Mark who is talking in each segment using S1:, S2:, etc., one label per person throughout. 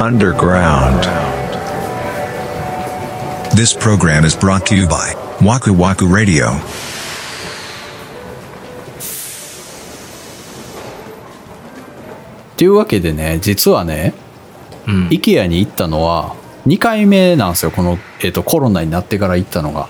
S1: underground.
S2: This program is brought to you by Waku Waku Radio.
S3: っていうわけでね実はね
S4: うん。
S3: IKEA に行ったのは2回目なんですよこの、えっとコロナになってから行ったのが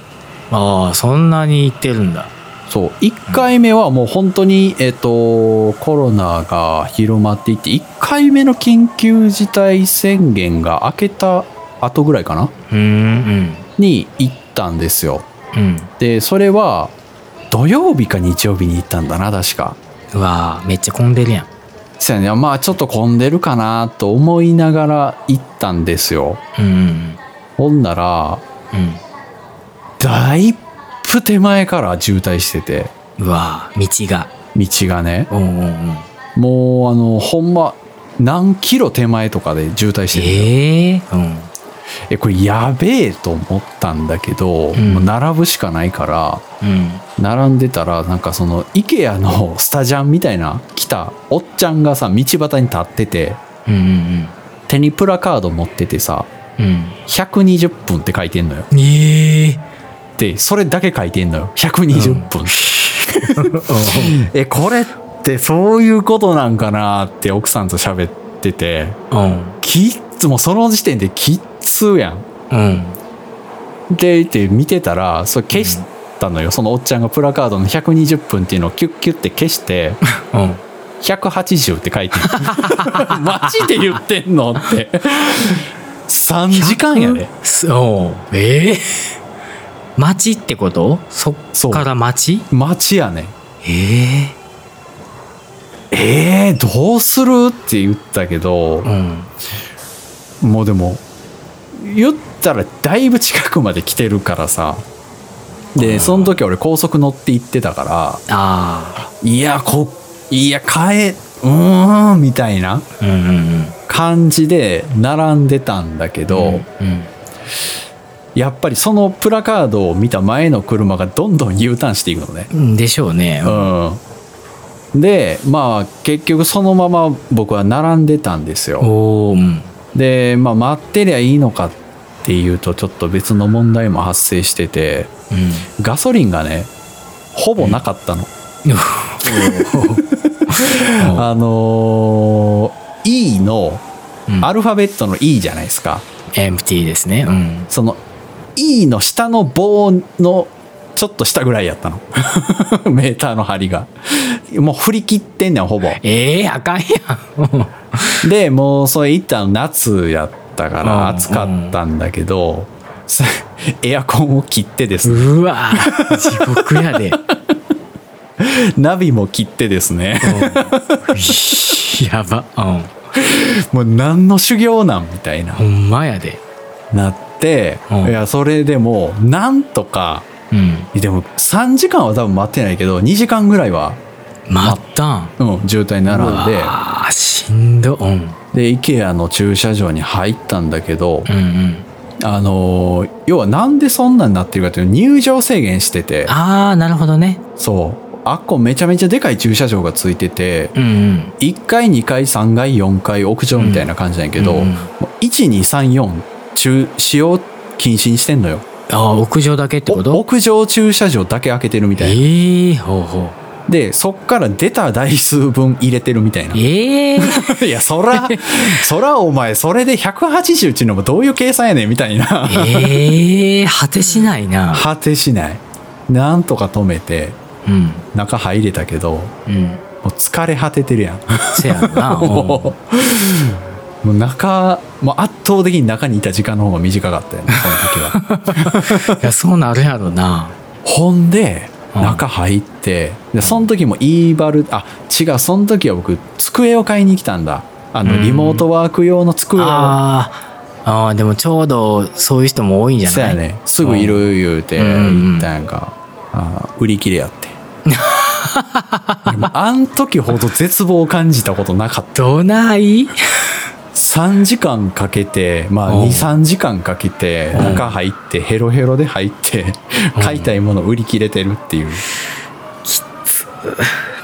S4: ああ、そんなに行ってるんだ。
S3: そう1回目はもう本当に、えっとコロナが広まっていって1回目の緊急事態宣言が明けた後ぐらいかな
S4: うーん、
S3: に行ったんですよ
S4: うん。うん。
S3: でそれは土曜日か日曜日に行ったんだな確か
S4: うわあ、めっちゃ混んでるやん。
S3: そうやねまあちょっと混んでるかなと思いながら行ったんですよ
S4: うん、うん
S3: ほんなら
S4: うん。
S3: だいぶ手前から渋滞してて
S4: うん。うわあ、道が。
S3: 道がね
S4: うんうんうん。
S3: もうあのほんま何キロ手前とかで渋滞してて
S4: ええうん。
S3: えこれやべえと思ったんだけど、
S4: うん
S3: もう並ぶしかないから
S4: うん。
S3: 並んでたらなんかその IKEA の スタジャンみたいな来たおっちゃんがさ道端に立ってて
S4: うんうん
S3: 手にプラカード持っててさ
S4: うん。うん。
S3: 120分って書いてんのよ
S4: ええ
S3: でそれだけ書いてんのよ120分、えこれってそういうことなんかなって奥さんと喋ってて
S4: うん。
S3: キッズもうその時点でキッズやん
S4: うん。
S3: でって見てたらそれ消したのよ、そのおっちゃんがプラカードの120分っていうのをキュッキュッて消して
S4: うん。
S3: 180って書いてる マジで言ってんのって3時間やで
S4: そう。ええ町ってことそ
S3: そ
S4: っ
S3: う
S4: から町
S3: 街やね
S4: ええ
S3: えー、どうするって言ったけど
S4: うん。
S3: もうでも言ったらだいぶ近くまで来てるからさでその時俺高速乗って行ってたから
S4: あ
S3: いやこいや帰うーんみたいな
S4: あ。うんうんうん。
S3: 感じで並んでたんだけど、
S4: うん。
S3: やっぱりそのプラカードを見た前の車がどんどん U ターンしていくのね
S4: うん。でしょうね。
S3: うんでまあ結局そのまま僕は並んでたんですよ
S4: おおうん。
S3: でまあ待ってりゃいいのかっていうとちょっと別の問題も発生してて
S4: うん。
S3: ガソリンがねほぼなかったの、あのー E の
S4: うん
S3: アルファベットの E じゃないですか、
S4: エンプティーですね。うん。
S3: その E の下の棒のちょっと下ぐらいやったの メーターの針がもう振り切ってんねんほぼ
S4: ええあかんやん。
S3: でもうそれ一旦夏やったか
S4: うん
S3: ら暑かったんだけど、さエアコンを切ってですね
S4: うわぁ地獄やで。
S3: ナビも切ってですね
S4: うんやば。うん。
S3: もう何の修行なんみたいな
S4: ほんまやで。
S3: なって、
S4: うん
S3: いやそれでもうなんとか
S4: うん。
S3: でも3時間は多分待ってないけど2時間ぐらいは、
S4: まったん。
S3: うん、渋滞並んで
S4: ああ、しんど。うん。
S3: で IKEA の駐車場に入ったんだけど、
S4: うんうん。
S3: あのー要はなんでそんなになってるかというと入場制限してて
S4: ああ、なるほどね。
S3: そうあっこめちゃめちゃでかい駐車場がついてて
S4: うんうん。
S3: 1階2階3階4階屋上みたいな感じなんやけど、
S4: うんうんうん
S3: 1234中使用禁止にしてんのよ
S4: ああ、屋上だけってこ
S3: お
S4: と
S3: 屋上駐車場だけ開けてるみたいな
S4: ええほうほう。
S3: でそっから出た台数分入れてるみたいな
S4: ええ
S3: いや そらそらお前それで180っていうのもどういう計算やねんみたいな
S4: ええ果てしないな。
S3: 果てしないなんとか止めて
S4: うん。
S3: 中入れたけども
S4: うん。
S3: う疲れ果ててるやん
S4: せやろな。うん
S3: もうもう中もう圧倒的に中にいた時間の方が短かったよねその時は
S4: いや、そうなるやろな。
S3: ほんで
S4: うん
S3: 中入ってでその時もイーバルあ違うその時は僕机を買いに来たんだあの
S4: うん
S3: リモートワーク用の机を
S4: あーあー、でもちょうどそういう人も多いんじゃない
S3: そうやねすぐいる言うて
S4: うん
S3: 言ったやんか、あー売り切れやって でもあん時ほど絶望を感じたことなかった
S4: どない
S3: 3時間かけてまあ
S4: うん
S3: 23時間かけて
S4: うん
S3: 中入ってヘロヘロで入って買いたいもの売り切れてるっていう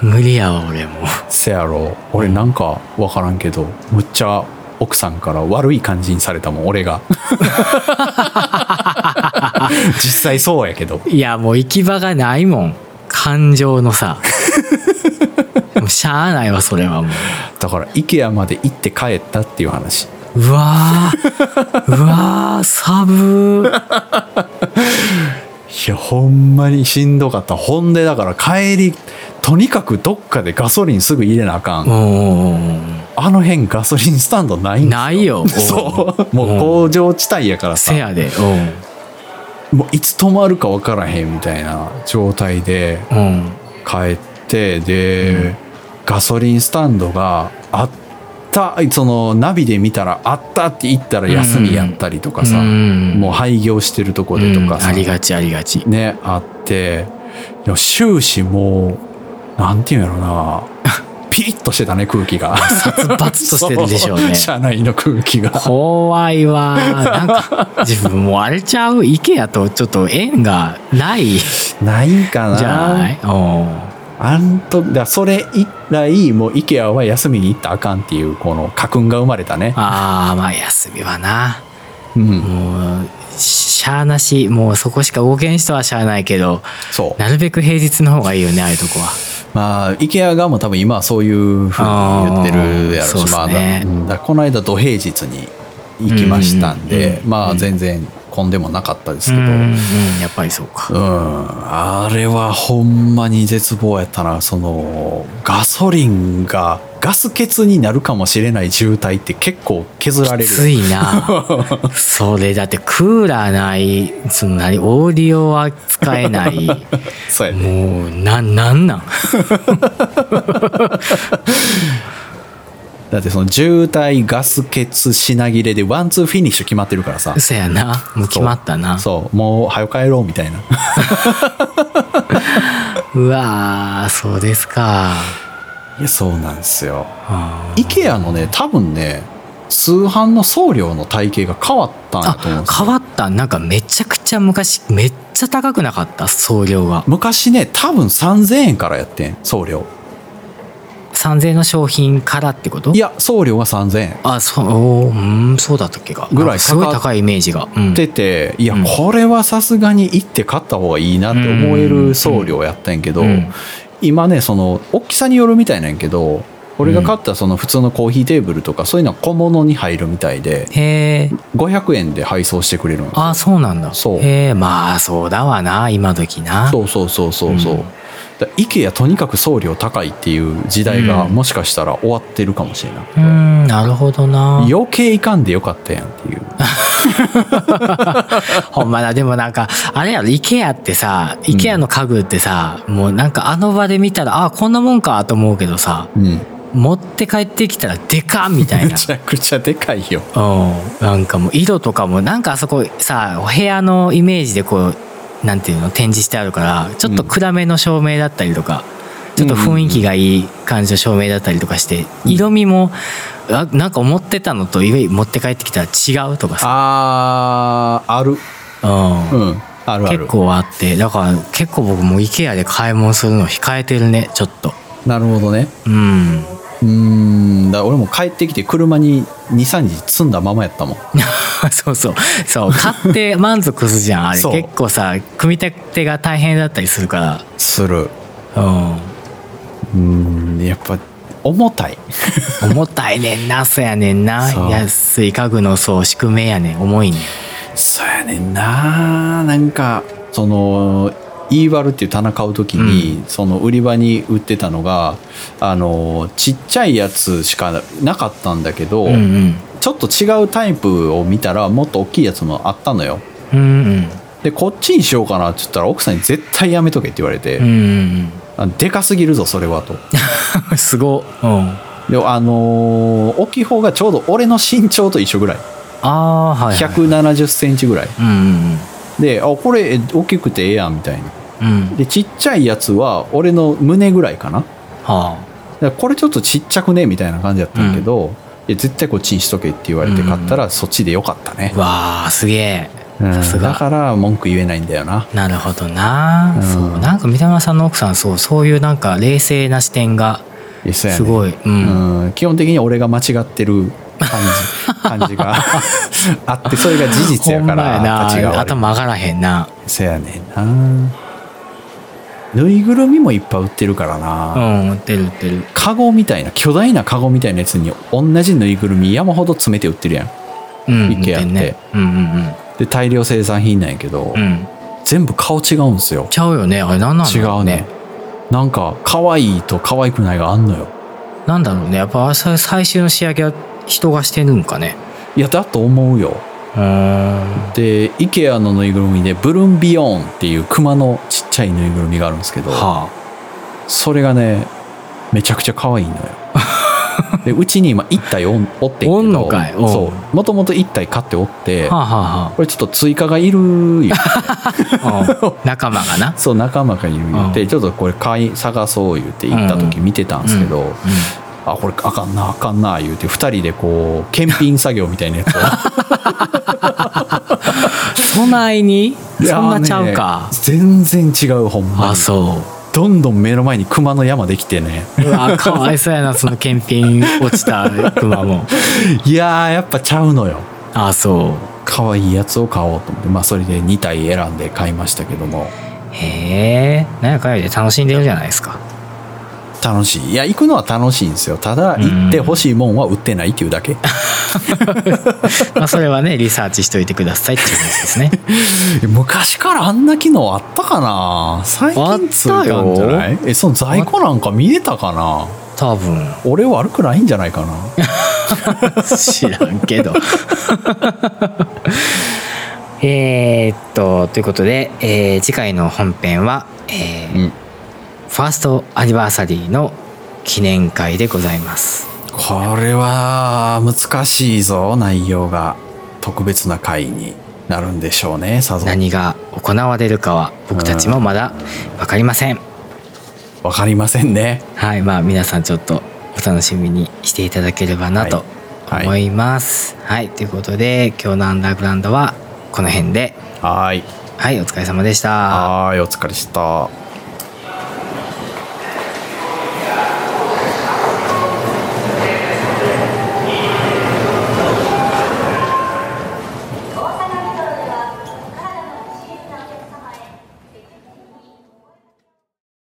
S4: 無理やわ俺も
S3: せやろ俺なんかわからんけどむっちゃ奥さんから悪い感じにされたもん俺が 実際そうやけど
S4: いやもう行き場がないもん感情の さもうしゃあないわそれはも
S3: だから IKEA まで行って帰ったっていう話
S4: ううわーうわーサブ ー
S3: いやほんまにしんどかったほんでだから帰りとにかくどっかでガソリンすぐ入れなあかん、
S4: うん
S3: あの辺ガソリンスタンドないんですよ
S4: ないよ
S3: そうも
S4: ん
S3: う工場地帯やからさ
S4: せやで
S3: もういつ止まるか分からへんみたいな状態で
S4: うんうん
S3: 帰ってで、ガソリンスタンドがあったそのナビで見たらあったって言ったら休みやったりとかさ、
S4: うん
S3: もう廃業してるとこでとか
S4: う
S3: さ、
S4: んありがちありがち
S3: ねあっていや終始もうなんていうんや ろなピリッとしてたね空気が
S4: 殺伐としてるでしょう
S3: そ
S4: ね
S3: 車内の空気が
S4: 怖いわなんか自分もうあれちゃう IKEA とちょっと縁がないじ
S3: ないんかな
S4: ゃないうん
S3: あんとだそれ以来もう IKEA は休みに行ったらあかんっていうこの家訓が生まれたね
S4: ああまあ休みはな
S3: うん
S4: もうしゃあなしもうそこしか動けん人はしゃあないけど
S3: そう
S4: なるべく平日の方がいいよねああいうとこは
S3: まあ IKEA 側も多分今はそういうふうに言ってるや
S4: あー
S3: ろうし
S4: そ
S3: ま
S4: う
S3: あ
S4: っすね
S3: だうんだからこの間土平日に行きましたん
S4: うんうん
S3: で
S4: うん
S3: まあ全然混んでもなかったです
S4: う
S3: けど
S4: んうんやっぱりそうか
S3: うん、あれはほんまに絶望やったなそのガソリンがガス欠になるかもしれない渋滞って結構削られる
S4: きつい なそれだってクーラーないその何オーディオは使えない
S3: そうやね
S4: もうななんなん
S3: だってその渋滞ガス欠品切れでワンツーフィニッシュ決まってるからさ
S4: 嘘やなもう決まったな
S3: そうもう早く帰ろうみたいな
S4: うわーそうですか
S3: いやそうなんですよ
S4: あ
S3: IKEA のね多分ね通販の送料の体系が変わったんやと思うん
S4: あ
S3: ですよ
S4: 変わったなんかめちゃくちゃ昔めっちゃ高くなかった送料が
S3: 昔ね多分3000円からやってん送料
S4: 3000円の商品からってこと
S3: いや送料が3000円
S4: あそうおーうーんそうだったっけか
S3: ぐらい
S4: なんかすごい高いイメージが、うん
S3: ってていや
S4: うん
S3: これはさすがに行って買った方がいいなって思える送料やったんやけど、
S4: うん
S3: 今ねその大きさによるみたいなんやけど俺が買ったその普通のコーヒーテーブルとかそういうのは小物に入るみたいで
S4: へえ
S3: 500円で配送してくれるんですよ
S4: あそうなんだ
S3: そう
S4: へえまあそうだわな今時な
S3: そうそうそうそうそう
S4: うん
S3: だ IKEA とにかく送料高いっていう時代が
S4: うん
S3: もしかしたら終わってるかもしれなく
S4: うーんなるほどな
S3: 余計いかんでよかったやんっていう
S4: ほんまだでもなんかあれやろ IKEA ってさ IKEA の家具ってさ、もうなんかあの場で見たらあこんなもんかと思うけどさ
S3: うん
S4: 持って帰ってきたらでかっみたい
S3: め
S4: な
S3: ちゃくちゃでかいよ
S4: うん、なんかもう色とかもなんかあそこさお部屋のイメージでこうなんていうの展示してあるからちょっと暗めの照明だったりとか、ちょっと雰囲気がいい感じの照明だったりとかして、色味もあなんか思ってたのといわゆる持って帰ってきたら違うとかさ、
S3: あーある
S4: うん
S3: うんあるある
S4: 結構あってだから結構僕も IKEA で買い物するの控えてるねちょっと
S3: なるほどね
S4: うん
S3: うーんだから俺も帰ってきて車に23日積んだままやったもん
S4: そうそうそう買って満足するじゃんあれ
S3: そう
S4: 結構さ組み立てが大変だったりするか
S3: する
S4: らうん
S3: うーんやっぱ重たい
S4: 重たいねんなそうやねんな
S3: そう
S4: 安い家具のそう宿命やねん重いねん
S3: そうやねんななんかそのイーバルっていう棚買う時に、その売り場に売ってたのがあのちっちゃいやつしかなかったんだけど、
S4: うんうん
S3: ちょっと違うタイプを見たらもっと大きいやつもあったのよ
S4: うんうん
S3: でこっちにしようかなって言ったら奥さんに絶対やめとけって言われて、
S4: うんうん
S3: あでかすぎるぞそれはと
S4: うん すごっうん
S3: であのー大きい方がちょうど俺の身長と一緒ぐらい
S4: ああーはい、はい、
S3: 1 7 0ンチぐらい
S4: うんうん
S3: であこれえ大きくてええやんみたいな
S4: うんうん
S3: でちっちゃいやつは俺の胸ぐらいかなだか
S4: は
S3: らこれちょっとちっちゃくねみたいな感じだったんやけど、いや絶対こっちにしとけって言われて買ったらそっちでよかったね
S4: あ、わあすげえ
S3: うん
S4: さす
S3: だ
S4: が
S3: から文句言えないんだよな
S4: なるほどな、
S3: うん
S4: そうなんか三田村さんの奥さんそうそういうなんか冷静な視点が
S3: いやそうや
S4: す
S3: ね
S4: ごい、うん
S3: うん、基本的に俺が間違ってる感 じ感じが あってそれが事実や
S4: ほん
S3: か
S4: まや
S3: ら立ちが悪
S4: ない頭上がらへんな
S3: そやねんなぬいぐるみもいっぱい売ってるからな、
S4: うん売ってる売ってる
S3: カゴみたいな巨大なカゴみたいなやつに同じぬいぐるみ山ほど詰めて売ってるやん
S4: うん売
S3: Ikea
S4: ってるねうんうん
S3: で大量生産品なんやけど、
S4: うんうん
S3: 全部顔違うんすよ
S4: ちゃうよねあれなんなん
S3: 違
S4: だろ
S3: うねなんか可愛いと可愛くないがあんのよ
S4: なんだろうねやっぱさ最終の仕上げは人がしてるんかね
S3: いやだと思うよ
S4: うーん
S3: で IKEA のぬいぐるみでブルンビヨーンっていう熊のちっちゃいぬいぐるみがあるんですけど、
S4: は
S3: それがねめちゃくちゃ可愛 いのよでうちに今1体おんおってんけど
S4: おんのかいおう
S3: そうもともと1体飼っておって
S4: あ、はあは
S3: これちょっと追加がいるよ
S4: あは あ、うん仲間がな
S3: そう仲間がいる言って、
S4: うん
S3: ちょっとこれ買い探そう言って行った時見てたんですけど、あこれあかんなあかんな言うて2人でこう検品作業みた いなやつを
S4: そないに
S3: いや
S4: そんなちゃう
S3: ね
S4: か
S3: 全然違うほんま
S4: あ
S3: に
S4: そ
S3: どんどん目の前に熊の山できてね
S4: う うわかわいそうやなその検品落ちた熊 も
S3: いやーやっぱちゃうのよ
S4: あそ
S3: 可愛いやつを買おうと思ってまあそれで2体選んで買いましたけども
S4: うへえ何やかんやで楽しんでるじゃないですか
S3: 楽しいいや行くのは楽しいんですよただ行ってほしいもんは売ってないっていうだけ
S4: まあそれはねリサーチしといてくださいっていう話ですね
S3: 昔からあんな機能あったかな最近ついたんじ
S4: あった
S3: ゃ
S4: よ
S3: ないえその在庫なんか見えたかな
S4: 多分
S3: 俺悪くないんじゃないかな
S4: 知らんけど えーっとということで、えー次回の本編は、えー
S3: うん
S4: ファーストアニバーサリーの記念会でございます
S3: これは難しいぞ内容が特別な回になるんでしょうねさぞ
S4: 何が行われるかは僕たちもまだ分かりません、
S3: わかりませんね
S4: はいまあ皆さんちょっとお楽しみにしていただければなと
S3: はい
S4: 思いますはい、ということで今日のアンダーグラウンドはこの辺で
S3: はい
S4: はいお疲れ様でした
S3: はいお疲れした